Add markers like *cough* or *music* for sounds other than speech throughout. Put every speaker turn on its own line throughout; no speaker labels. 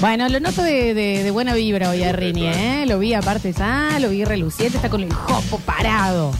Bueno, lo noto de, de- de buena vibra hoy a Rini, ¿eh? Lo vi aparte, ah, lo vi reluciente, está con el jopo parado.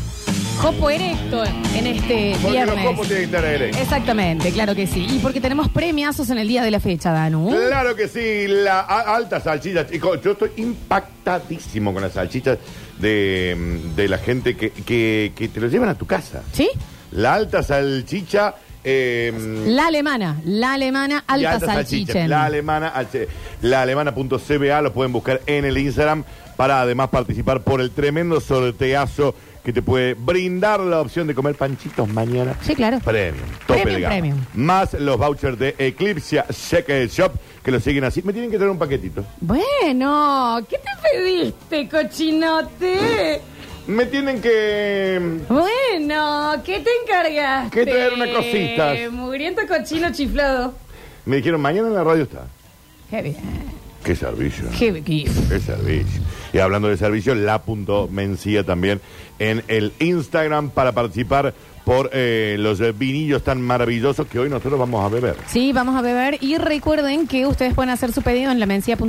Jopo erecto en este
Porque los
viernes.
copos tienen que estar erectos.
Exactamente, claro que sí. Y porque tenemos premiazos en el día de la fecha, Danu.
Claro que sí, la a- alta salchicha, chicos. Yo estoy impactadísimo con las salchichas de, mm, de la gente que, que, que te lo llevan a tu casa.
¿Sí?
La alta salchicha. eh,
La alemana, la alemana
y
alta,
alta salchicha,
salchichen.
La alemana, H- la alemana.cba, lo pueden buscar en el Instagram para además participar por el tremendo sorteazo que te puede brindar la opción de comer panchitos mañana.
Sí, claro.
Premium, tope
Premium,
de gama.
premium.
Más los vouchers de Eclipse Shake Shop que lo siguen así. Me tienen que traer un paquetito.
Bueno, ¿qué te pediste, cochinote?
Me tienen que. mm,
Bueno, ¿qué te encargaste?
¿Qué traer una cosita?
Mugriento cochino chiflado.
Me dijeron, mañana en la radio está.
Qué bien.
Qué servicio. ¿no?
Qué bien.
El servicio. Y hablando de servicio, la punto Mencía también en el Instagram para participar por eh, los eh, vinillos tan maravillosos que hoy nosotros vamos a beber.
Sí, vamos a beber y recuerden que ustedes pueden hacer su pedido en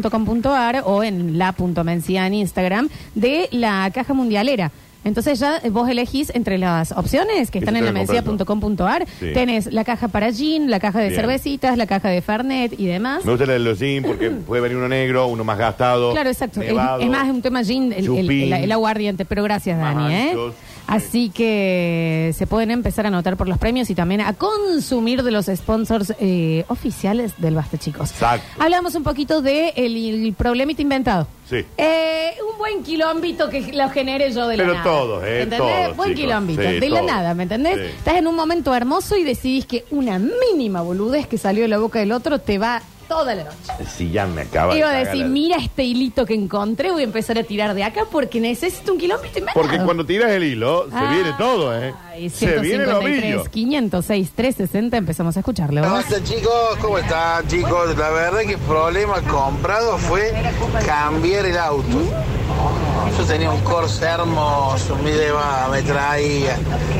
lamencia.com.ar o en la.mencia en Instagram de la caja mundialera. Entonces ya vos elegís entre las opciones que
Que
están
se
en
están comprando.
lamencia.com.ar.
Sí.
Tenés la caja para gin, la caja de
Bien.
cervecitas, la caja de Fernet y demás.
Me gusta la de los jeans porque puede venir uno negro, uno más gastado.
Claro, exacto. Es,
nevado.
es más, es un tema gin, el, el-
Chupín.
el- el aguardiente, pero gracias,
Más
Dani. ¿eh?
anchos, sí.
Así que se pueden empezar a anotar por los premios y también a consumir de los sponsors eh, oficiales del Basta, chicos.
Exacto.
Hablamos un poquito de el, el problemita inventado.
Sí.
Eh, un buen quilombito que lo genere yo de la
Pero
nada.
todos, eh,
¿Entendés?
todos,
buen
chicos.
quilombito,
Sí,
de la
todos.
nada, ¿me entendés?
Sí.
Estás en un momento hermoso y decidís que una mínima boludez que salió de la boca del otro te va toda la noche.
Si ya me acaba de
Iba a
cagar
decir,
la-
mira este hilito que encontré, voy a empezar a tirar de acá porque necesito un kilómetro y medio.
Porque cuando tiras el hilo, se
Ah,
viene todo, ¿eh?
ay,
se viene el
153,
ovillo.
506, 360, empezamos a escucharlo.
¿Qué
¿vamos?
pasa chicos? ¿Cómo están chicos? La verdad que el problema comprado fue cambiar el auto. Yo tenía un Corsa hermoso, mi deba me traía,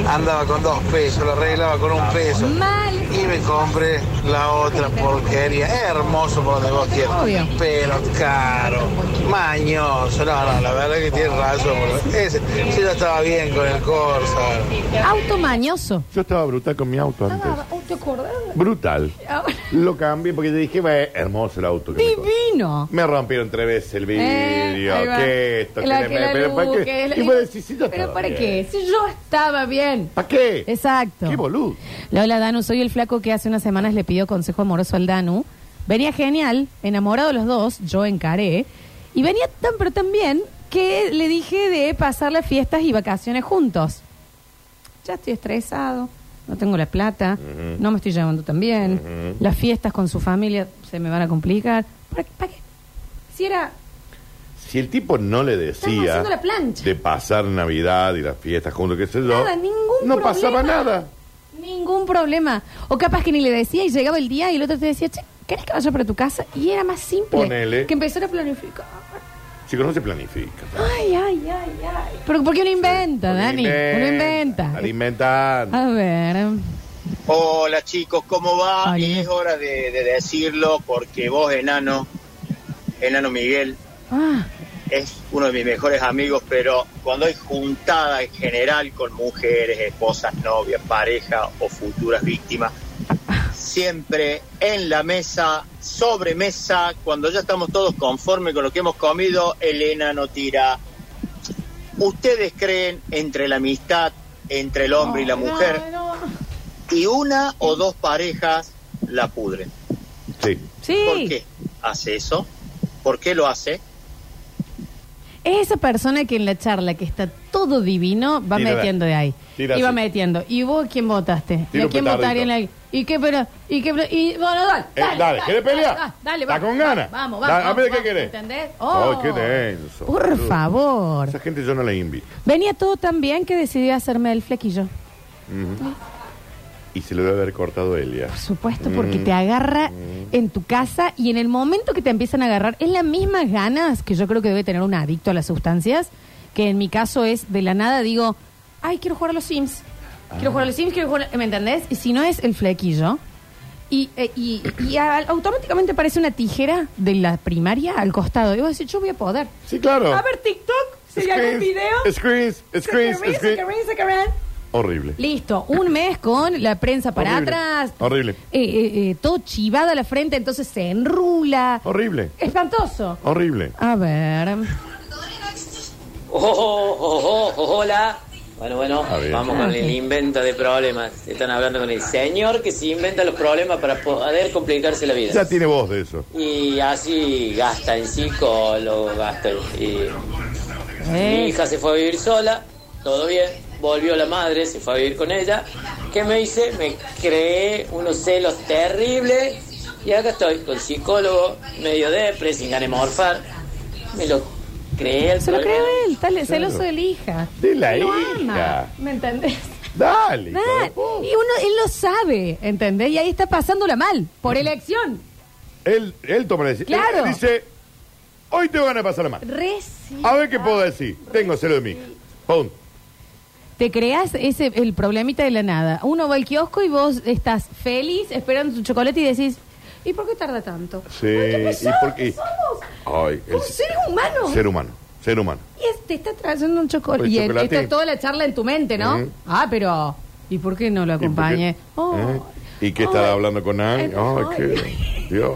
andaba con dos pesos, lo arreglaba con un peso
Mal.
y me compré la otra porquería. Es hermoso por donde vos quieras.
Obvio.
Pero caro, mañoso. No, no, la verdad que tiene razón. boludo. Ese, sí, yo estaba bien con el Corsa.
Auto mañoso.
Yo estaba brutal con mi auto antes.
Ah, oh, ¿te acordás?
Brutal.
Ahora-
Lo cambié porque te dije, "Ve, hermoso el auto que me compré".
Divino.
Me rompieron tres veces el vidrio,
Eh, ahí va.
que esto, que
La-
le-
que la
pero
luz,
¿para qué?
que la-
Y vos decís, sí, yo
¿Pero
estaba
para
bien.
qué? Si yo estaba bien.
¿Para qué?
Exacto.
Qué boludo.
Lola Danu, soy el flaco que hace unas semanas le pidió consejo amoroso al Danu. Venía genial, enamorado los dos, yo encaré. Y venía tan pero tan bien que le dije de pasar las fiestas y vacaciones juntos. Ya estoy estresado, no tengo la plata, no me estoy llevando tan bien. Las fiestas con su familia se me van a complicar. ¿Para, para qué? Si era...
Si el tipo no le
Estamos
decía
haciendo la plancha.
de pasar Navidad y las fiestas juntos, qué sé yo,
Nada, ningún
no
problema.
pasaba nada.
Ningún problema. O capaz que ni le decía y llegaba el día y el otro te decía, che, ¿querés que vaya para tu casa? Y era más simple.
Ponele.
Que empezar a planificar.
Chicos, no se planifica.
Ay, ay, ay, ay. Pero ¿por qué uno inventa, Ah, Dani? Uno inventa. Ah.
Alimentan.
A ver.
Hola chicos, ¿cómo va?
Hola.
Y es hora de, de decirlo porque vos, enano, enano Miguel,
Ah,
es uno de mis mejores amigos, pero cuando hay juntada en general con mujeres, esposas, novias, pareja o futuras víctimas, siempre en la mesa, sobre mesa, cuando ya estamos todos conformes con lo que hemos comido, Elena no tira. ¿Ustedes creen entre la amistad, entre el hombre y la mujer? Y una o dos parejas la pudren.
Sí.
¿Por
sí.
qué hace eso? ¿Por qué lo hace?
Es esa persona que en la charla que está todo divino va
Tira-
metiendo de ahí.
tira
y va
así.
metiendo. ¿Y vos quién votaste? ¿Y
Tira
a
un
quién
petardito.
votaría en la... ¿Y qué pero ¿Y qué pero- Y bueno, dale.
Eh, dale, ¿querés pelear?
Dale, dale,
Está
vamos,
con ganas.
Vamos,
Dale,
vamos.
a ver, ¿qué
vamos,
querés?
¿Entendés? Oh.
Ay, qué denso,
Por
boludo.
favor.
Esa gente yo no la invito.
Venía todo tan bien que decidí hacerme el flequillo.
Y se lo debe haber cortado Elia.
Por supuesto, porque
Mm.
te agarra en tu casa y en el momento que te empiezan a agarrar, es las mismas ganas que yo creo que debe tener un adicto a las sustancias, que en mi caso es de la nada digo, ay, quiero jugar a los Sims. Quiero jugar a los Sims, quiero jugar... a- ¿Me entendés? Y si no es el flequillo, Y, eh, y, y a- automáticamente aparece una tijera de la primaria al costado. Y vos decís, yo voy a poder.
Sí, claro.
A ver, TikTok, si hay algún
Oh. Screens,
video.
Screens, screens,
Sacarrín,
screens.
sacarrín, sacarrín.
Horrible.
Listo, un mes con la prensa para
Horrible.
atrás.
Horrible.
Eh, eh, eh, todo chivado a la frente, entonces se enrula.
Horrible.
Espantoso.
Horrible.
A ver.
Oh, oh, oh, oh, hola. Bueno, bueno,
Ah, bien.
vamos con el invento de problemas. Están hablando con el señor que se inventa los problemas para poder complicarse la vida.
Ya tiene voz de eso.
Y así gasta en psicólogo, gasta en... y- Mi
Eh,
hija se fue a vivir sola, todo bien. Volvió la madre, se fue a vivir con ella. ¿Qué me hice? Me creé unos celos terribles. Y acá estoy, con psicólogo, medio depre, sin ganas de morfar. Me lo creé al
se lo cree
problema.
él, tal celoso de la hija.
De la
Lo
hija.
ama, ¿Me entendés?
Dale. hijo
Ah,
de puta.
y uno, él lo sabe, ¿entendés? Y ahí está pasándola mal, por elección.
Él, él toma la decisión.
Claro.
Él dice, hoy tengo ganas de pasar mal.
Reci.
A ver qué puedo
Ah.
decir. Tengo celo de mí. Punto.
Te creas ese, el problemita de la nada. Uno va al kiosco y vos estás feliz esperando tu chocolate y decís, ¿y por qué tarda tanto?
Sí,
Ay, qué
¿y
pesados
por qué?
que somos?
Ay, el
Un ser humano.
Ser humano. Ser humano.
¡Oh, Y es- te está trayendo un chocolate.
El
Y en-
chocolate.
está toda la charla en tu mente, ¿no?
Ujú.
Ah, pero, ¿y por qué no lo acompañé? Oh.
¿Y por qué?
Ay,
¿Eh? ¿Y qué estará
ay,
hablando con
ay,
alguien? Ay,
ay.
qué... Dios.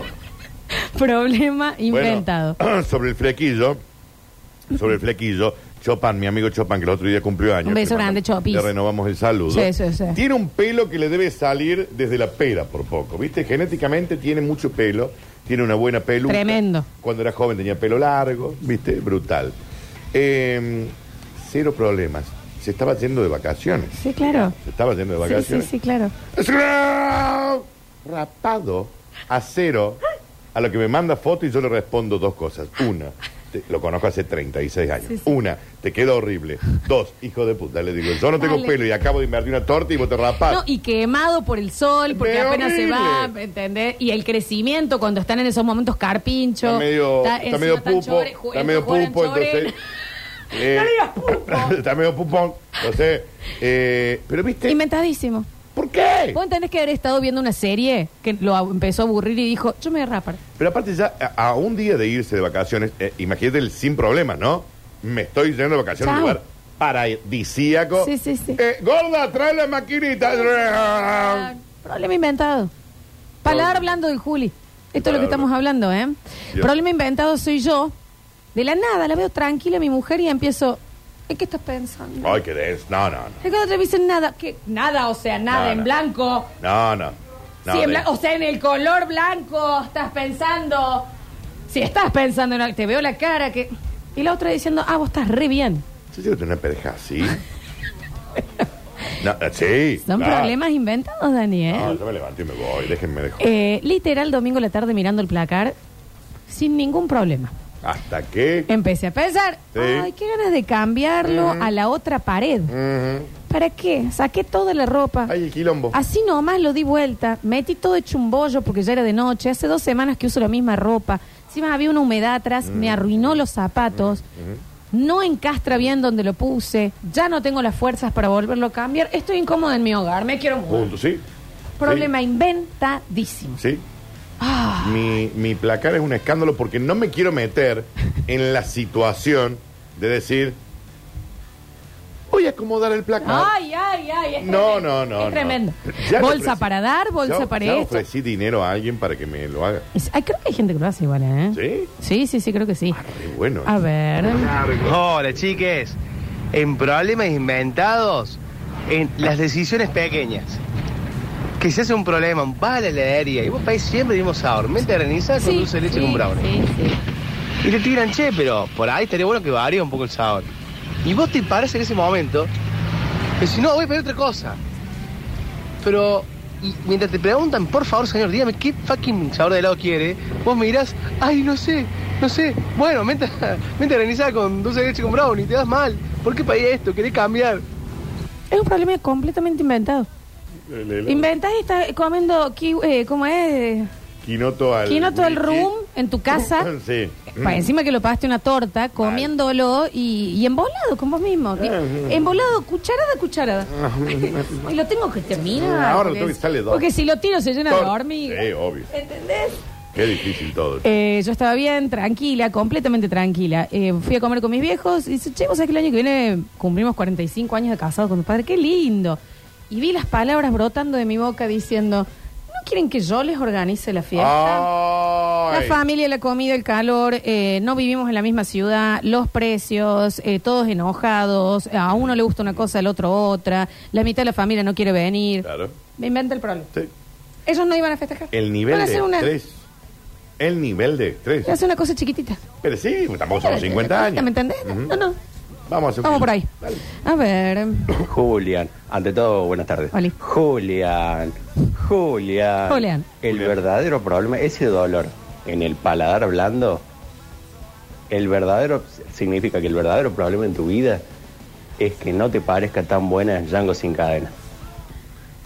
*laughs* Problema *laughs*
Bueno, *clears throat*
inventado.
sobre el flequillo, sobre el flequillo, Chopin, mi amigo Chopin, que el otro día cumplió años.
Un beso
le mando-
grande, Chopis.
Le renovamos el saludo.
Sí, sí, sí.
Tiene un pelo que le debe salir desde la pera por poco, ¿viste? Genéticamente tiene mucho pelo, tiene una buena peluca.
Tremendo.
Cuando era joven tenía pelo largo, ¿viste? Brutal. Eh, cero problemas. Se estaba yendo de vacaciones.
Sí, claro.
Se estaba yendo de
Sí, sí,
vacaciones.
sí, claro.
Scrap, Rapado a cero. A lo que me manda foto y yo le respondo dos cosas. Una, te- lo conozco hace 36 años.
Sí, sí.
Una, te queda horrible. Dos, hijo de puta, le digo, yo no tengo
Dale.
pelo y acabo de invertir una torta y vos te rapás.
No, y quemado por el sol, porque
Ve
apenas se
Ah. horrible.
va, ¿entendés? Y el crecimiento cuando están en esos momentos carpincho.
está medio, está
encima
medio
están
pupo,
chores, ju-
está medio
juegan
pupo,
chores.
entonces... eh,
digas pupo.
*laughs* está medio pupón. Entonces, eh, pero viste,
Inventadísimo.
¿por qué?
Vos entendés que haber estado viendo una serie que lo a- empezó a aburrir y dijo, yo me voy a rapar.
Pero aparte ya a, a un día de irse de vacaciones, eh, imagínate el sin problemas, ¿no? Me estoy yendo de vacaciones a un
Chao.
lugar paradisíaco.
Sí, sí, sí.
Eh, gorda, trae la maquinita.
Problema inventado. Palabra hablando del Juli. Esto es lo que
Palabra.
estamos hablando, ¿eh?
Dios.
Problema inventado soy yo. De la nada la veo tranquila a mi mujer y empiezo, ¿en qué estás pensando?
Ay, qué des. No, no, no.
Es cuando te dicen nada, que nada, o sea, nada
No,
en
no.
blanco.
No, no. No,
Sí, en oh.
de-
blan- o sea, en el color blanco estás pensando. Si estás pensando en algo, te veo la cara que. Y la otra diciendo, ah, vos estás re bien.
Yo quiero tener una pareja
*laughs*
así. no, eh, sí.
Son
claro.
problemas inventados, Daniel.
No, yo me levanto y me voy. Déjenme de joder.
Eh, literal, domingo a la tarde mirando el placar, sin ningún problema.
Hasta que.
Empecé a pensar,
Sí. Mm.
ay, qué ganas de cambiarlo a la otra pared.
Ujú.
¿Para qué? Saqué toda la ropa.
Ay, el quilombo.
Así nomás lo di vuelta, metí todo hecho un bollo porque ya era de noche, hace dos semanas que uso la misma ropa, encima había una humedad atrás,
Mm.
me arruinó los zapatos, no encastra bien donde lo puse, ya no tengo las fuerzas para volverlo a cambiar, estoy incómoda en mi hogar, me quiero mudar.
Punto, sí.
Problema inventadísimo.
Sí.
Ah.
Mi, mi placar es un escándalo porque no me quiero meter en la situación de decir, voy a acomodar el placar.
Ay, ay, ay, es
Ah. no,
tremendo.
no, no.
Es
no.
tremendo.
Ya le
bolsa
ofrecí-
para dar, bolsa
ya-
para
ya
esto.
ofrecí dinero a alguien para que me lo haga.
Es- ay, creo que hay gente que lo hace igual, ¿eh?
¿Sí?
Sí, sí, sí, creo que sí.
Qué bueno.
A ver.
Hola chiques, en problemas inventados, en las decisiones pequeñas. Que se hace un problema, vas a la heladería y vos país siempre el mismo sabor, mente granizada con
Sí,
dulce de leche
sí,
con brownie.
sí, sí.
Y te tiran, che, pero por ahí estaría bueno que varía un poco el sabor. Y vos te parás en ese momento, que si no, voy a pedir otra cosa. Pero y mientras te preguntan, por favor, señor, dígame qué fucking sabor de helado quiere, vos mirás, ay, no sé, no sé. Bueno, *laughs* menta, menta granizada con dulce de leche con brownie, te das mal. ¿Por qué pedí esto? ¿Querés cambiar?
Es un problema completamente inventado.
El- el-
Inventás y estás comiendo, ki- eh, ¿cómo es?
Quinoto al.
Quinoto al
whisky,
rum, en tu casa.
*laughs* Sí.
Pa- encima que lo pagaste una torta, comiéndolo y, y embolado con vos mismo.
Eh,
Vi- Embolado, cucharada a cucharada.
Ah,
y lo tengo que terminar.
Ahora
porque
lo tengo que
es-
sale dos.
Porque si lo tiro se llena de
Todo-
hormigas.
Sí, oh. obvio.
¿Entendés?
Qué difícil todo.
Eh, yo estaba bien, tranquila, completamente tranquila. Eh, fui a comer con mis viejos y dice, che, vos sabés que el año que viene cumplimos 45 años de casado con tu padre, qué lindo. Y vi las palabras brotando de mi boca diciendo, ¿no quieren que yo les organice la fiesta? La
Ay.
familia, la comida, el calor, eh, no vivimos en la misma ciudad, los precios, eh, todos enojados, a uno le gusta una cosa, al otro otra, la mitad de la familia no quiere venir.
Claro.
Me inventa el problema.
Sí.
Ellos no iban a festejar.
El nivel
Van a
de
hacer una,
estrés. El nivel de
van a
estrés.
hacer una cosa chiquitita.
Pero sí, tampoco somos 50 años.
Eh, ¿Me entendés?
Ujú.
No, no.
Vamos a hacer un
Vamos por ahí.
Dale.
A ver.
Julián, ante todo, buenas tardes.
Oli.
Julián, Julián.
Julián.
El verdadero problema, ese dolor en el paladar blando, el verdadero, significa que el verdadero problema en tu vida es que no te parezca tan buena Django sin cadena.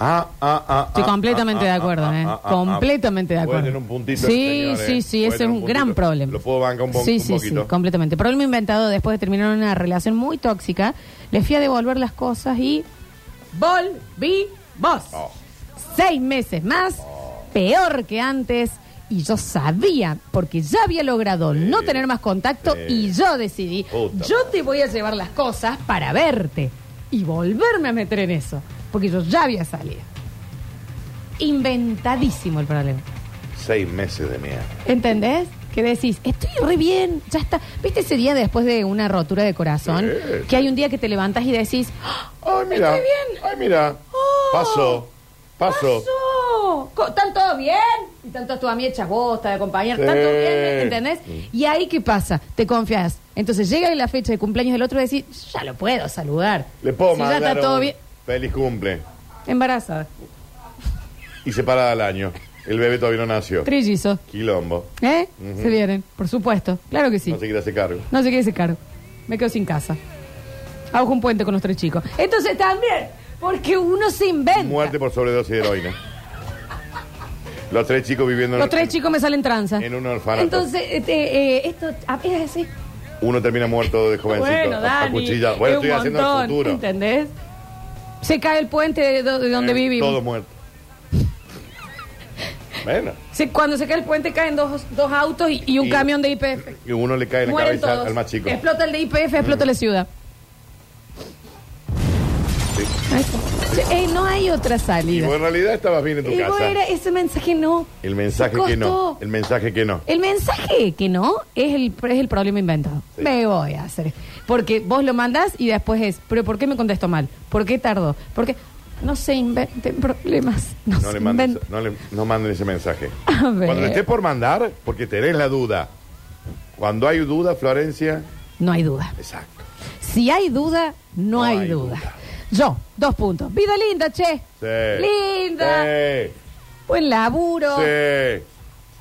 Ah, ah, ah,
Estoy
ah,
completamente
ah,
de
ah,
acuerdo,
ah,
¿eh?
ah, ah,
Completamente de
Puede
acuerdo.
tener un puntito.
Sí,
el señor,
sí,
¿eh?
sí, ese
Puede
es
tener
un, gran
puntito.
problema.
Lo puedo bancar un, po-
Sí,
un
sí, sí,
poquito.
completamente. Problema inventado después de terminar una relación muy tóxica. Les fui a devolver las cosas y. Volví vos.
Oh.
Seis meses más, peor que antes. Y yo sabía, porque ya había logrado no tener más contacto,
sí.
y yo decidí,
Puta
yo te voy a llevar las cosas para verte y volverme a meter en eso, porque yo ya había salido. Inventadísimo el problema.
Seis meses de mierda.
¿Entendés? Que decís, estoy re bien, ya está. ¿Viste ese día después de una rotura de corazón?
Sí.
Que hay un día que te levantás y decís, ¡Ah!
Ay, mira.
Estoy bien.
Ay, mira.
Oh.
Pasó. Pasó.
¡Pasó! Co- ¿Están todos bien? Y tanto tú a mí echas bosta de acompañar,
Sí. Mm.
¿están todos bien? ¿Entendés? Y ahí, ¿qué pasa? Te confías. Entonces llega la fecha de cumpleaños del otro y decís, ya lo puedo saludar.
Le puedo
Si ya
mandar
está todo
un
bien.
feliz cumple.
Embarazada.
Y se para al año. El bebé todavía no nació.
Trillizo.
Quilombo.
¿Eh?
Ujú.
Se vienen, por supuesto. Claro que sí.
No se quiere hacer cargo.
No sé qué ese cargo. Me quedo sin casa. Hago un puente con los tres chicos. Entonces también, porque uno se inventa.
Muerte por sobredosis de heroína. Los tres chicos viviendo en
Los tres chicos me salen tranza.
En un orfanato.
Entonces, este, eh, esto ah, es así.
Uno termina muerto de jovencito.
bueno,
a- a
Dani.
cuchilla. Bueno,
es un
estoy haciendo
montón,
el futuro.
¿Entendés? Se cae el puente de, do- de donde
Eh,
vivimos.
Todo muerto. bueno.
Se- cuando se cae el puente caen dos, dos autos y, y un
Y-
camión de IPF.
Y uno le cae en la
Mueren
cabeza
todos.
al más chico. Mm.
Explota el de IPF, explota la ciudad. Ahí está. Sí, eh, no hay otra
Y
salida.
vos en realidad estabas bien en tu
Y vos
casa.
era ese mensaje no.
El mensaje
Me
que no.
costó. Eh,
El mensaje que no.
El mensaje que no es el, es el problema inventado.
Sí.
Me voy a hacer. Porque vos lo mandás y después es, pero ¿por qué me contestó mal? ¿Por qué tardó? Porque no se inventen problemas. No,
No,
se
le manden,
inventen.
no, le- no manden ese mensaje.
*laughs* A ver.
Cuando le estés por mandar, porque tenés la duda. Cuando hay duda, Florencia.
No hay duda.
Exacto.
Si hay duda, no, hay, duda. Yo, dos puntos. Vida linda, che.
Sí.
Linda.
Sí.
Buen laburo.
Sí.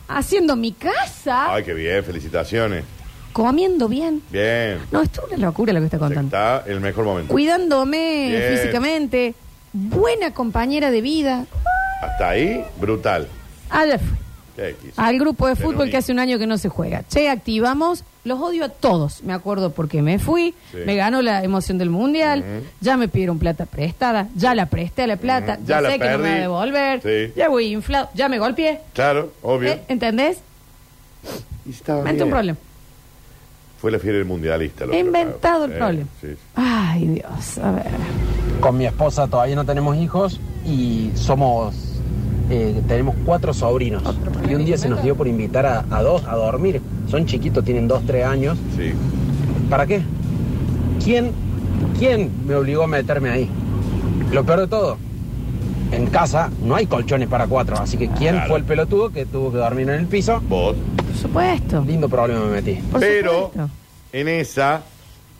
Haciendo mi casa.
Ay, qué bien, felicitaciones.
Comiendo bien.
Bien.
No, esto es una locura lo que está contando.
Está el mejor momento.
cuidándome
Bien.
físicamente, buena compañera de vida.
Hasta ahí, brutal.
Al,
¿Qué quiso?
Ah, al grupo de
Pero
fútbol
ni-
que hace un año que no se juega. Che, activamos, los odio a todos. Me acuerdo porque me fui,
Sí.
me ganó la emoción del mundial, ya me pidieron plata prestada, ya la presté a la plata,
Ujú.
ya,
Ya la
sé que no me va a
perdí.
devolver,
Sí.
ya voy inflado, ya me golpeé.
Claro, obvio.
¿Eh? ¿Entendés?
Y estaba
Inventa un
bien.
problema.
Fue la fiebre del mundialista. lo
He
que lo
inventado el
cago.
problema.
Sí, sí.
Ay, Dios, a ver.
Con mi esposa todavía no tenemos hijos y somos. eh, tenemos cuatro sobrinos. Y un día se nos dio por invitar a, a dos a dormir. Son chiquitos, tienen dos, tres años.
Sí.
¿Para qué? ¿Quién, quién me obligó a meterme ahí? Lo peor de todo, en casa no hay colchones para cuatro, así que ¿quién
Claro.
fue el pelotudo que tuvo que dormir en el piso?
Vos.
Por supuesto.
Lindo problema me metí.
Por
Pero
supuesto.
en esa,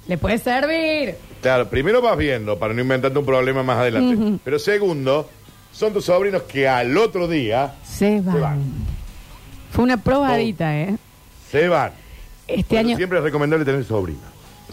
Le puede servir.
claro, primero vas viendo para no inventarte un problema más adelante. Pero segundo, son tus sobrinos que al otro día
Se van.
van.
Fue una probadita, ¿eh?
se van.
Este
Pero
año.
Siempre es recomendable tener sobrinos.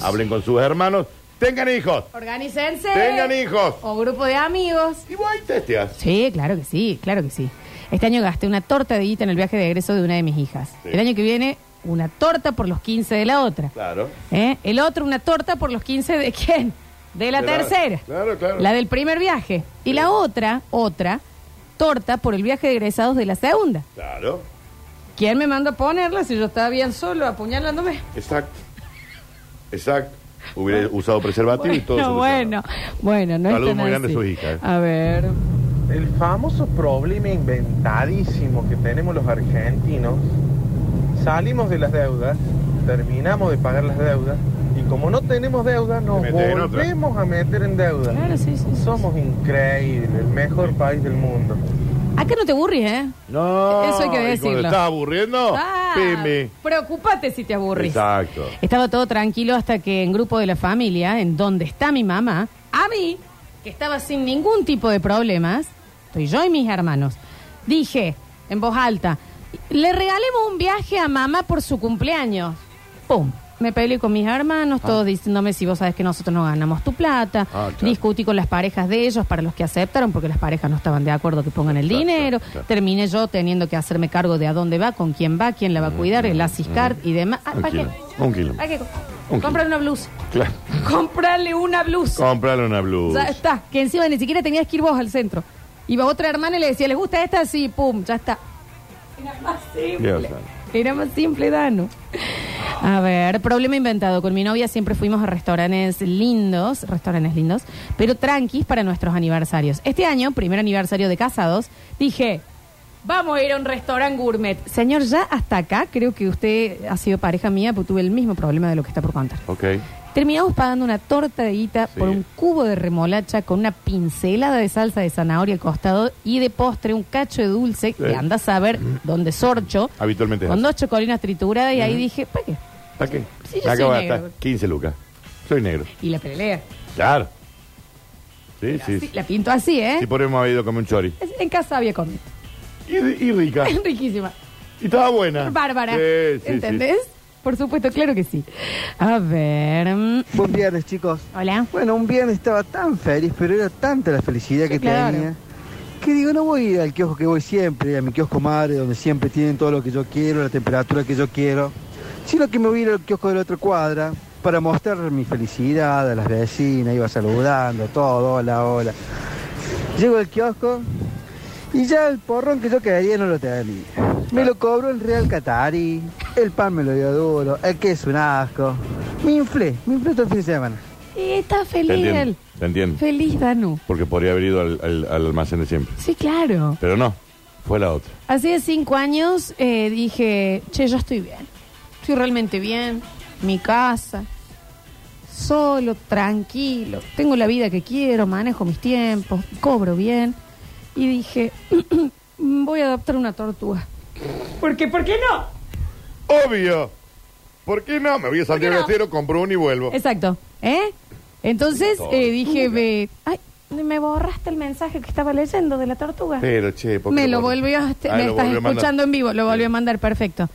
Hablen con sus hermanos, tengan hijos.
Organícense.
Tengan hijos.
O grupo de amigos.
Y vos ahí testeas.
Sí, claro que sí, claro que sí. Este año gasté una torta de guita en el viaje de egreso de una de mis hijas.
Sí.
El año que viene, una torta por los 15 de la otra.
Claro.
¿Eh? El otro, una torta por los 15 de quién? De la
De la-
tercera.
claro, claro.
La del primer viaje. Y la otra, otra, torta por el viaje de egresados de la segunda.
Claro.
¿Quién me manda a ponerla si yo estaba bien solo apuñalándome?
Exacto. Exacto. Hubiera usado preservativo y todo.
Bueno,
solucionado.
bueno, bueno, no es
Saludos
tan
muy
así.
grandes a sus hijas.
A ver,
El famoso problema inventadísimo que tenemos los argentinos, salimos de las deudas, terminamos de pagar las deudas y como no tenemos deuda nos
Te metes en otra.
volvemos a meter en deuda.
claro, sí, sí, sí.
Somos increíbles, el mejor país del mundo.
Acá no te burries, ¿eh?
No.
Eso hay que
y cuando
decirlo.
estás aburriendo?
Ah,
Peme.
Preocúpate si te aburrís.
Exacto.
Estaba todo tranquilo hasta que en grupo de la familia, en donde está mi mamá, a mí, que estaba sin ningún tipo de problemas, estoy yo y mis hermanos, dije en voz alta, le regalemos un viaje a mamá por su cumpleaños. ¡Pum! Me peleé con mis hermanos, todos diciéndome si vos sabes que nosotros no ganamos tu plata.
Ah, claro.
Discutí con las parejas de ellos para los que aceptaron, porque las parejas no estaban de acuerdo que pongan el
Claro,
dinero.
claro, claro.
Terminé yo teniendo que hacerme cargo de a dónde va, con quién va, quién la
Mm,
va a cuidar, el ASISCARD y demás. Ah,
Un
¿Para qué?
kilo, un kilo.
¿Para qué?
Un
Comprar
kilo.
una blusa. *laughs*
Claro.
Comprarle una blusa.
Comprarle una blusa.
Ya está. Que encima ni siquiera tenías que ir vos al centro. Iba otra hermana y le decía, ¿les gusta esta? Sí, pum, ya está. Era más
Dios
simple.
santo.
Era más simple, Dano. A ver, problema inventado. Con mi novia siempre fuimos a restaurantes lindos, restaurantes lindos, pero tranquis para nuestros aniversarios. Este año, primer aniversario de casados, dije, vamos a ir a un restaurante gourmet. Señor, ya hasta acá creo que usted ha sido pareja mía, porque tuve el mismo problema de lo que está por contar.
Ok.
Terminamos pagando una torta de guita
Sí.
por un cubo de remolacha con una pincelada de salsa de zanahoria al costado y de postre un cacho de dulce que anda a saber dónde sorcho.
Habitualmente es
Con
así.
dos chocolinas trituradas y ahí dije, ¿para qué?
¿Para qué?
Sí, yo
Me
soy
acabo de
negro.
gastar 15 lucas. Soy negro.
Y la pelea.
Claro. Sí, sí.
Así,
sí.
La pinto así, ¿eh?
Si podemos haber ido a comer un chori.
Es- En casa había comido.
Y, y rica.
*laughs* Riquísima.
Y estaba buena.
Bárbara.
Ah. Sí, sí, sí.
¿Entendés? Por supuesto, claro que sí. A ver. mm,
Buen viernes, chicos.
Hola.
Bueno, un viernes estaba tan feliz, pero era tanta la felicidad
Sí,
que
claro.
tenía, que digo, no voy a ir al kiosco que voy siempre, a mi kiosco madre, donde siempre tienen todo lo que yo quiero, la temperatura que yo quiero, sino que me voy a ir al kiosco de la otra cuadra para mostrar mi felicidad a las vecinas, iba saludando, todo, hola, hola. Llego al kiosco y ya el porrón que yo quería no lo tenía. Me lo cobró el Real Catarí, el pan me lo dio duro, el queso un asco. Me inflé, me inflé todo el fin de semana.
Y está
Te
feliz él.
entiendo. Te entiendo.
Feliz, Danu.
Porque podría haber ido al, al- al almacén de siempre.
Sí, claro.
Pero no. Fue la otra.
Hace cinco años eh, dije, che, yo estoy bien. Estoy realmente bien. Mi casa. Solo, tranquilo. Tengo la vida que quiero, manejo mis tiempos, cobro bien. Y dije, *clears throat* voy a adoptar una tortuga. Porque, ¿por qué no?
Obvio. ¿Por qué no? Me voy a salir
no?
del estero, compro uno y vuelvo.
Exacto. ¿Eh? Entonces
Una
eh, dije, ve, ay, me borraste el mensaje que estaba leyendo de la tortuga.
Pero, che, ¿por qué
Me
lo
lo
borra?
volvió, a- te-
Ah,
me
lo
estás
volvió a mandar.
escuchando en vivo, lo volvió a
Sí.
mandar, perfecto.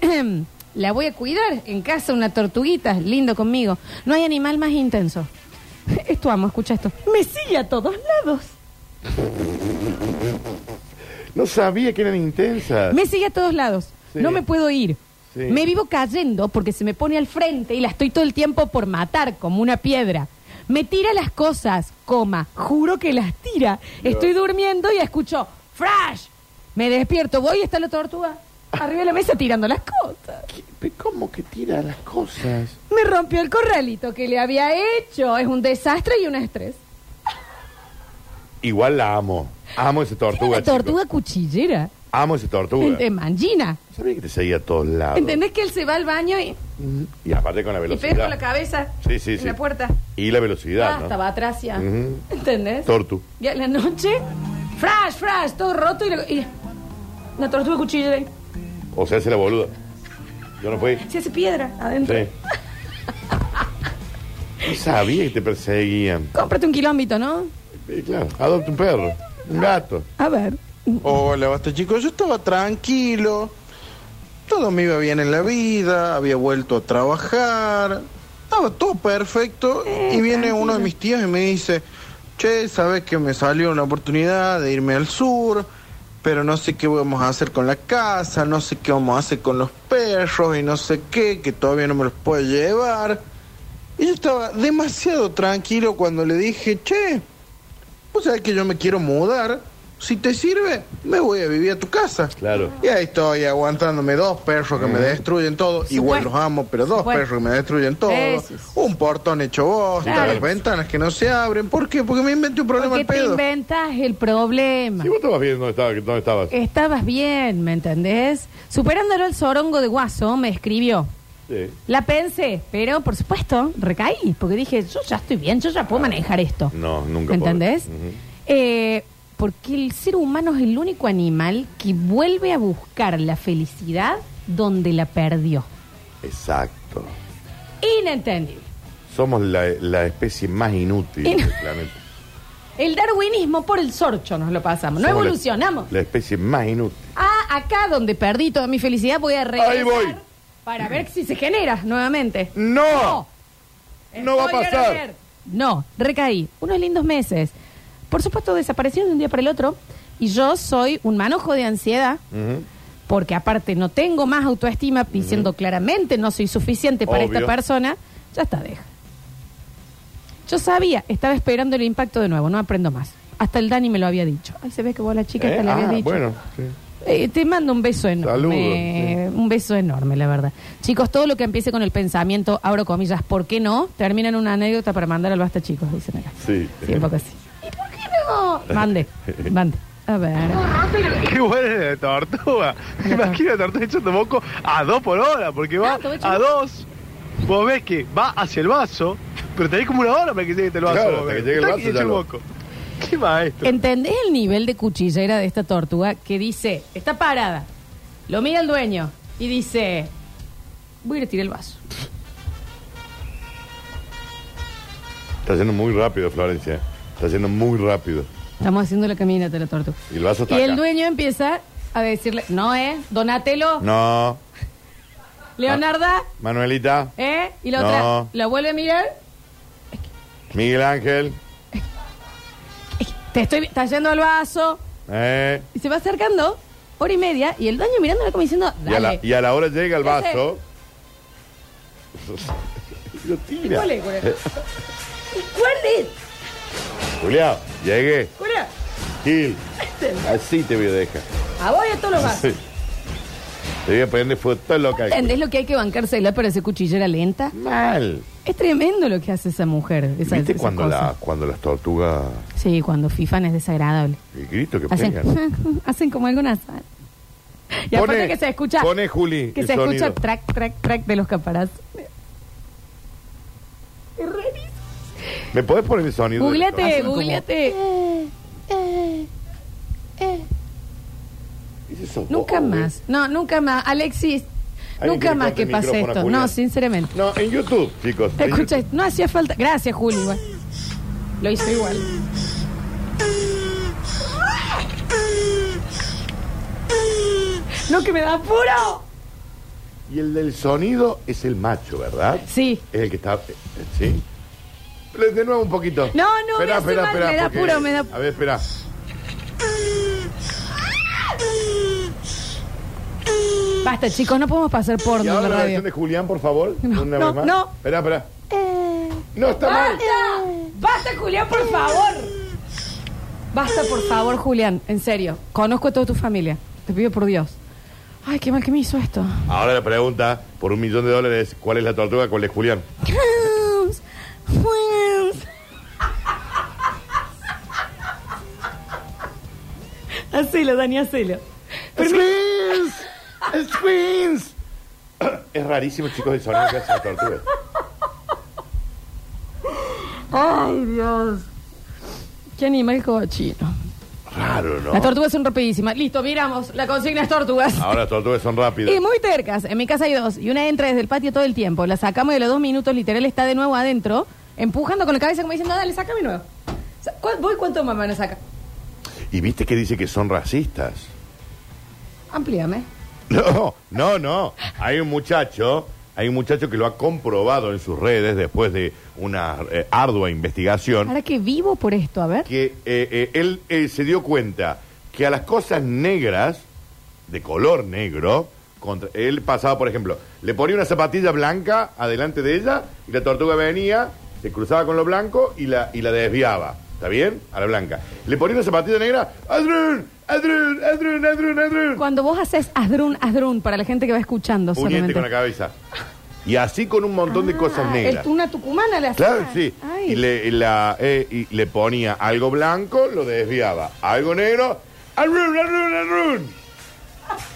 *clears throat* La voy a cuidar en casa, una tortuguita, lindo conmigo. No hay animal más intenso. *laughs* Esto amo, escucha esto. Me sigue a todos lados.
No sabía que eran intensas.
Me sigue a todos lados.
Sí.
No me puedo ir.
Sí.
Me vivo cayendo porque se me pone al frente y la estoy todo el tiempo por matar como una piedra. Me tira las cosas, coma. Juro que las tira. Estoy durmiendo y escucho ¡Frash! Me despierto, voy y está la tortuga arriba de la mesa tirando las cosas.
Pero ¿Cómo que tira las cosas?
Me rompió el corralito que le había hecho. Es un desastre y un estrés.
Igual la amo. Amo esa
Era
tortuga.
una tortuga
chicos.
cuchillera.
Amo esa tortuga.
De mangina.
Sabía que te seguía a todos lados.
¿Entendés que él se va al baño y,
Y aparte con la
y
velocidad.
pega con la cabeza
Sí, sí,
en
sí.
la puerta?
Y la velocidad,
Basta,
¿no?
va Ah, atrás ya.
Ujú.
¿Entendés?
Tortu.
Y a la noche, flash, flash, todo roto y, la, y la tortuga cuchilla ahí.
O sea, hace la boluda. Yo no fui.
se hace piedra adentro. *laughs*
Sí. No sabía que te perseguían.
Cómprate un kilómetro, ¿no?
Eh, claro, adopta un perro, un gato.
A ver.
Hola, basta chicos, yo estaba tranquilo, todo me iba bien en la vida, había vuelto a trabajar, estaba todo perfecto y viene uno de mis tíos y me dice, che, sabes que me salió una oportunidad de irme al sur, pero no sé qué vamos a hacer con la casa, no sé qué vamos a hacer con los perros y no sé qué, que todavía no me los puedo llevar. Y yo estaba demasiado tranquilo cuando le dije, che, vos sabés Pues que yo me quiero mudar, si te sirve, me voy a vivir a tu casa.
Claro.
Y ahí estoy aguantándome dos perros que me
Mm.
destruyen todo, igual los amo, pero dos
Supuesto.
perros que me destruyen todo,
Sí, sí, sí.
un portón hecho bosta,
Claro.
las ventanas que no se abren, ¿por qué? Porque me inventé un problema
Porque
al
te
pedo.
inventas el problema.
Si vos estabas bien, ¿dónde estabas? ¿Dónde estabas?
Eh. Estabas bien, ¿me entendés? Superándolo el sorongo de Guaso me escribió.
Sí.
La pensé, pero por supuesto, recaí, porque dije, yo ya estoy bien, yo ya puedo manejar esto.
Ah, No, nunca
¿Me
podré.
entendés?
Ujú.
Eh, porque el ser humano es el único animal que vuelve a buscar la felicidad donde la perdió.
Exacto.
Inentendible.
Somos la, la especie más inútil
Inu-
del
*laughs*
planeta.
El darwinismo por el sorcho nos lo pasamos, no
Somos la-
evolucionamos.
La, especie más inútil.
Ah, acá donde perdí toda mi felicidad voy a regresar
Ahí voy.
para ver si se genera nuevamente.
¡No! No va a
Estoy
pasar.
ayer. No, recaí. Unos lindos meses. Por supuesto, desapareció de un día para el otro. Y yo soy un manojo de ansiedad,
Ujú.
porque aparte no tengo más autoestima, diciendo claramente no soy suficiente para
Obvio.
esta persona. Ya está, deja. Yo sabía, estaba esperando el impacto de nuevo, no aprendo más. Hasta el Dani me lo había dicho. Ay, se ve que vos a la chica
¿Eh?
te la habías
Ah,
dicho.
bueno. sí.
Eh, te mando un beso enorme.
Saludos,
Eh, Un beso enorme, la verdad. Chicos, todo lo que empiece con el pensamiento, abro comillas, ¿por qué no? Termina en una anécdota para mandar al basta, chicos, dicen acá.
Sí.
Sí, un poco así. ¿Y por qué no?
*laughs*
Mande, mande. A ver.
*laughs* Qué bueno es
*laughs*
la tortuga. Me imagino la tortuga echando moco a dos por hora, porque
Claro,
va
te voy
a
echando.
dos. Vos ves que va hacia el vaso, pero tenés como una hora para que llegue el vaso.
Claro,
vos
hasta
ves.
que llegue el
Tac,
vaso
y echa
ya lo-
moco. Qué maestro.
¿Entendés el nivel de cuchillera de esta tortuga que dice, está parada, lo mira el dueño y dice, voy a ir a tirar el vaso?
Está yendo muy rápido, Florencia. Está yendo muy rápido.
Estamos haciendo la caminata de la tortuga.
Y el vaso está
Y el
acá.
dueño empieza a decirle, no, ¿eh? Donatelo,
No.
Leonarda.
Manuelita.
¿Eh? Y la
No.
otra, la vuelve a mirar.
Miguel Ángel.
Eh, Te estoy vi- está yendo al vaso.
Eh.
Y se va acercando, hora y media, y el dueño mirándola como diciendo,
Y a, la,
dale.
y a la hora llega el
Ya sé. *laughs*
vaso. Lo tira.
¿Cuál es, culero? ¿Y cuál es?
Julián, llegué.
culero? *laughs*
Gil. Así te voy a dejar.
A vos y a todos los vasos.
*laughs* Sí. Te voy a prender fuego todo lo que hay.
¿Entendés lo que hay que bancársela para ese cuchillera lenta?
Mal.
Es tremendo lo que hace esa mujer. Esa,
¿Viste
esa
cuando,
cosa.
la, cuando las tortugas,
Sí, cuando fifan es desagradable.
el grito que
Hacen,
pegan?
hacen como algo nasal. Ah, *laughs* Y aparte
Pone-
que se escucha.
pone, Juli,
Que
el
se
sonido.
escucha track, track, track de los caparazones. Es rarísimo.
¿Me podés poner el sonido? del
Googleate,
tortuga?
googleate.
¿Qué es eso?
Nunca
Oh,
más. No, nunca más. Alexis,
Alguien que
nunca
le
más
corte
que
el
pase
micrófono a
esto.
Julián.
No, sinceramente.
eh. No, en YouTube, chicos. en
Escucha,
YouTube.
no hacía falta. Gracias, Juli. igual. Lo hizo igual. No, que me da apuro.
Y el del sonido es el macho, ¿verdad?
Sí.
Es el que está. eh, ¿Sí? Le- De nuevo un poquito.
No, no, me
Esperá,
hace
esperá,
mal,
esperá,
me da
porque-
apuro, me da-
A ver, espera.
Basta, chicos, no podemos pasar
Y
porno en
ahora
la
la versión
radio.
de Julián, por favor.
No,
una
no,
vez más.
no. Eh.
Espera, espera. No, está mal.
¡Basta! ¡Basta, Julián, por favor! Basta, por favor, Julián, en serio. Conozco a toda tu familia. Te pido por Dios. Ay, qué mal que me hizo esto.
Ahora la pregunta, por un millón de dólares, ¿cuál es la tortuga? ¿Cuál es Julián?
Hacelo, Dani, hacelo.
¡Twins! ¡Es Twins! *coughs* Es rarísimo, chicos, el sonido que hace la tortuga.
*laughs* Ay, Dios. Qué animal cochino.
Raro, ¿no?
Las tortugas son rapidísimas. Listo, miramos. La consigna es tortugas.
Ahora las tortugas son rápidas.
Y Eh, muy tercas. En mi casa hay dos. Y una entra desde el patio todo el tiempo. La sacamos y a los dos minutos, literal, está de nuevo adentro, empujando con la cabeza como diciendo, dale, sácame de nuevo. Sa- ¿cu- ¿Voy cuánto mamá me saca?
Y viste que dice que son racistas.
Amplíame.
No, no, no. Hay un muchacho, hay un muchacho que lo ha comprobado en sus redes después de una eh, ardua investigación.
Ahora que vivo por esto, a ver.
que eh, eh, él eh, se dio cuenta que a las cosas negras, de color negro, contra, él pasaba, por ejemplo, le ponía una zapatilla blanca adelante de ella y la tortuga venía, se cruzaba con lo blanco y la, y la desviaba. ¿Está bien? A la blanca. Le ponía una zapatilla negra. ¡Adrun! ¡Adrun! ¡Adrun! ¡Adrun! ¡Adrun!
Cuando vos haces asdrun, asdrun, para la gente que va escuchando
Puñete
solamente.
con la cabeza. Y así con un montón de cosas
Ah,
negras.
es una tucumana le hacía.
Claro, sí.
Ay.
Y le, y la- eh, y le ponía algo blanco, lo desviaba. Algo negro, ¡arrun, arrun, arrun!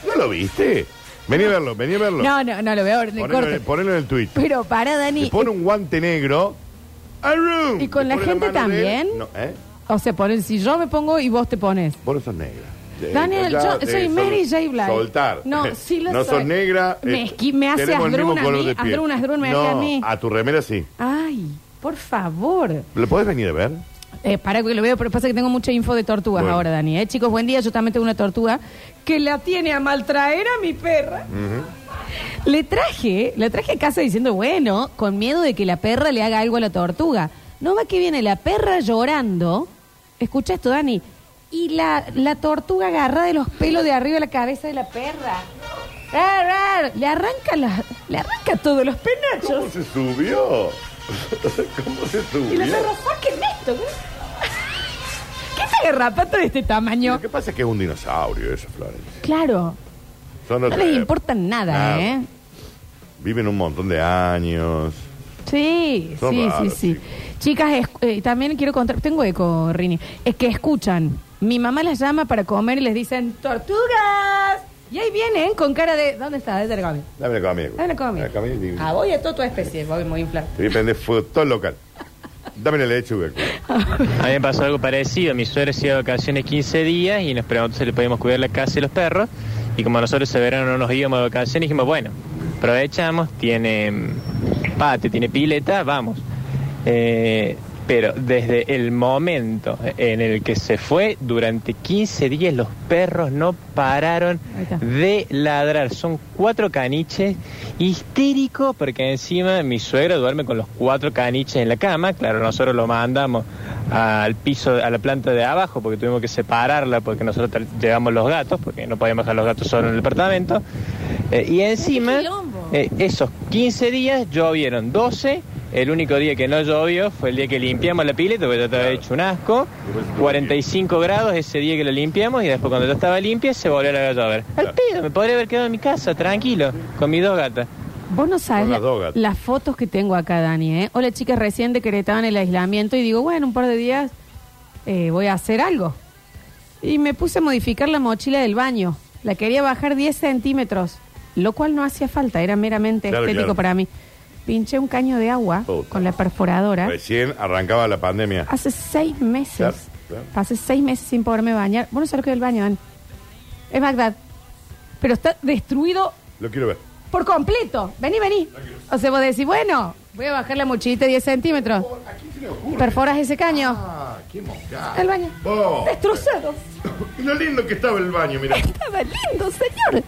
¿No lo viste? Vení a verlo, vení a verlo.
No, no, no lo veo. le
ponelo, en
corto.
el, ponelo en el Twitch.
Pero para,
Le
Dani.
pone un guante negro, ¡arrun!
¿Y con
Le
la
pone
gente
mano de él.
también?
No, ¿eh?
O sea, ponen, si yo me pongo y vos te pones.
Vos no sos negra. Eh,
Daniel,
ya,
yo
eh,
soy
sol-
Mary J. Blige.
Soltar. *laughs*
No, sí lo
No
soy.
sos negra.
Me
eh,
esqui- me hace
tenemos el
asdrún
mismo
a
color
mí,
de piel.
asdrún, asdrún me hace
No,
a mí.
A tu remera sí.
Ay, por favor.
¿Lo podés venir a ver?
Eh, para que lo veo, pero pasa que tengo mucha info de tortugas
Bueno.
ahora, Dani. ¿eh? Chicos, buen día. Yo también tengo una tortuga que la tiene a maltraer a mi perra. Le traje, la traje a casa diciendo, bueno, con miedo de que la perra le haga algo a la tortuga. No va que viene la perra llorando. Escucha esto, Dani. Y la, la tortuga agarra de los pelos de arriba de la cabeza de la perra. Rar, rar. Le arranca la- le arranca todos los
¿Cómo
penachos.
se subió? *laughs* ¿Cómo se subió?
Y la perra, saquen esto, güey. ¿Qué te garrapata de este tamaño?
Lo que pasa es que es un dinosaurio eso, Florencia.
Claro,
Son
no
otra
les
época.
importa nada,
Eh, Nada.
¿eh?
Viven un montón de años.
Sí,
Son
sí, sí,
raros,
sí.
chicos.
Chicas, es- eh, también quiero contar, tengo eco, Rini, es que escuchan, mi mamá las llama para comer y les dicen, tortugas, y ahí vienen con cara de, ¿dónde está? ¿Dónde la comida?
Dame la comida.
¿Dónde la comida?
La comida y digo,
Ah, voy a toda tu especie, voy muy inflado.
Te voy a prender fuego todo el local. Dame la leche, güey.
A mí me pasó algo parecido. Mi suegra se iba de vacaciones 15 días y nos preguntó si le podíamos cuidar la casa y los perros. Y como nosotros ese verano no nos íbamos de vacaciones, dijimos, bueno, aprovechamos, tiene mm, patio, tiene pileta, vamos. Eh, pero desde el momento en el que se fue, durante 15 días los perros no pararon
Ahí está.
de ladrar. Son cuatro caniches, histérico, porque encima mi suegra duerme con los cuatro caniches en la cama. Claro, nosotros lo mandamos al piso, a la planta de abajo, porque tuvimos que separarla, porque nosotros tra- llevamos los gatos, porque no podíamos dejar los gatos solos en el departamento. Eh, y encima,
¡Qué quilombo!
eh, esos 15 días llovieron 12. El único día que no llovió fue el día que limpiamos la pileta, porque ya estaba hecho un asco. 45 grados ese día que lo limpiamos y después cuando ya estaba limpia se volvió a la llover. Al pedo, me podría haber quedado en mi casa, tranquilo, con mis dos gatas.
Vos no sabes
Son
la-
las dos gatas.
las fotos que tengo acá, Dani, ¿eh? Hola, chicas, recién decretaban el aislamiento y digo, bueno, un par de días eh, voy a hacer algo. Y me puse a modificar la mochila del baño. La quería bajar 10 centímetros, lo cual no hacía falta, era meramente
Claro,
estético
claro.
para mí. Pinché un caño de agua
Puta.
con la perforadora.
Recién arrancaba la pandemia.
Hace seis meses.
Claro, claro.
Pasé seis meses sin poderme bañar. Bueno, sabés lo que es el baño, Dani. Es Bagdad. Pero está destruido
Lo quiero ver.
por completo. Vení, vení. O sea, vos decís, bueno, voy a bajar la mochilita 10 centímetros. Perforas ese caño.
Ah, qué mosca.
El baño.
Vos.
Destrozado.
Y Oh. *coughs* lo lindo que estaba el baño, mira.
Estaba lindo, señor.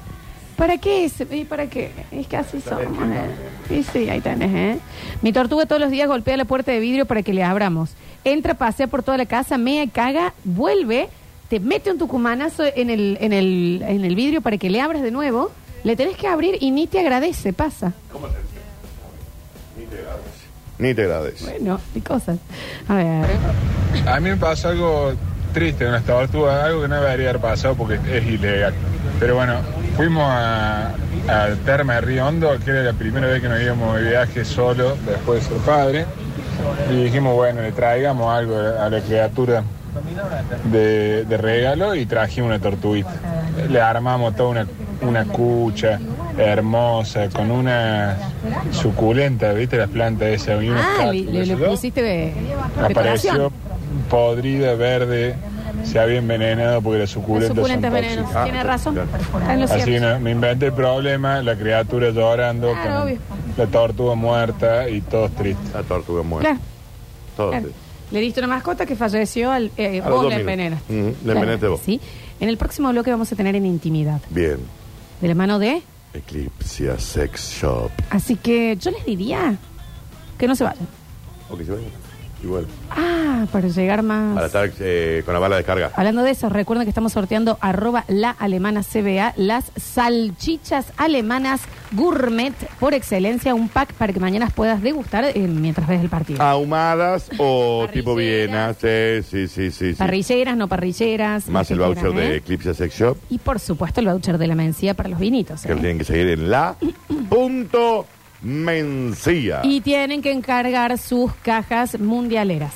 ¿Para qué es? ¿Y para qué? Es que así somos. eh. Y sí, ahí tenés, ¿eh? Mi tortuga todos los días golpea la puerta de vidrio para que le abramos. Entra, pasea por toda la casa, mea, caga, vuelve, te mete un tucumanazo en el, en el, en el vidrio para que le abras de nuevo. Le tenés que abrir y ni te agradece, pasa.
Ni te agradezco.
Bueno, y cosas. A ver.
A mí me pasó algo triste con las tortugas, algo que no debería haber pasado porque es ilegal. Pero bueno, fuimos a, a Terma de Río Hondo, que era la primera vez que nos íbamos de viaje solo después de ser padre. Y dijimos, bueno, le traigamos algo a la criatura de, de regalo y trajimos una tortuguita. Le armamos toda una, una cucha hermosa, con una suculenta, ¿viste? Las plantas esas. y unos
Ah, le, le-
cactus, qué
le
sé yo
pusiste de,
apareció
decoración.
podrida, verde, se había envenenado porque las
Las
suculentas,
suculentas
son
venenos.
tóxicas.
Tiene razón.
Ah, claro.
Está en Ah, lo
Así que
cierto.
no, me inventé el problema, la criatura llorando,
Claro,
con
obvio.
la tortuga muerta y todos tristes.
La tortuga muerta.
Claro,
Todo.
claro. Le diste una mascota que falleció al eh,
A los
vos
dos
la
minutos.
envenenaste.
Ujú, la
Claro,
envenenaste vos.
Sí. En el próximo bloque vamos a tener en intimidad.
Bien.
De la mano de.
Eclipsia Sex Shop.
Así que yo les diría que no se vayan.
¿O que se vaya? Igual.
Ah, para llegar más.
Para estar eh, con la bala de carga.
Hablando de eso, recuerden que estamos sorteando arroba la alemana CBA, las salchichas alemanas gourmet por excelencia, un pack para que mañana puedas degustar eh, mientras ves el partido.
Ah, Ahumadas o tipo Viena.
Parrilleras.
Sí, sí, sí, sí. sí.
Parrilleras, no parrilleras.
Más
lo
el
que
voucher
quieran,
de
¿eh?
Eclipse Sex Shop.
Y por supuesto el voucher de la mencía para los vinitos.
Que
¿eh?
lo tienen que seguir en la punto mencía.
Y tienen que encargar sus cajas mundialeras.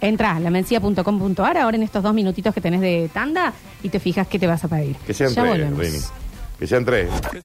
Entra a lamencia.com.ar ahora en estos dos minutitos que tenés de tanda y te fijas qué te vas a pedir.
Que sean
ya
tres,
volvemos.
Rini. Que sean tres.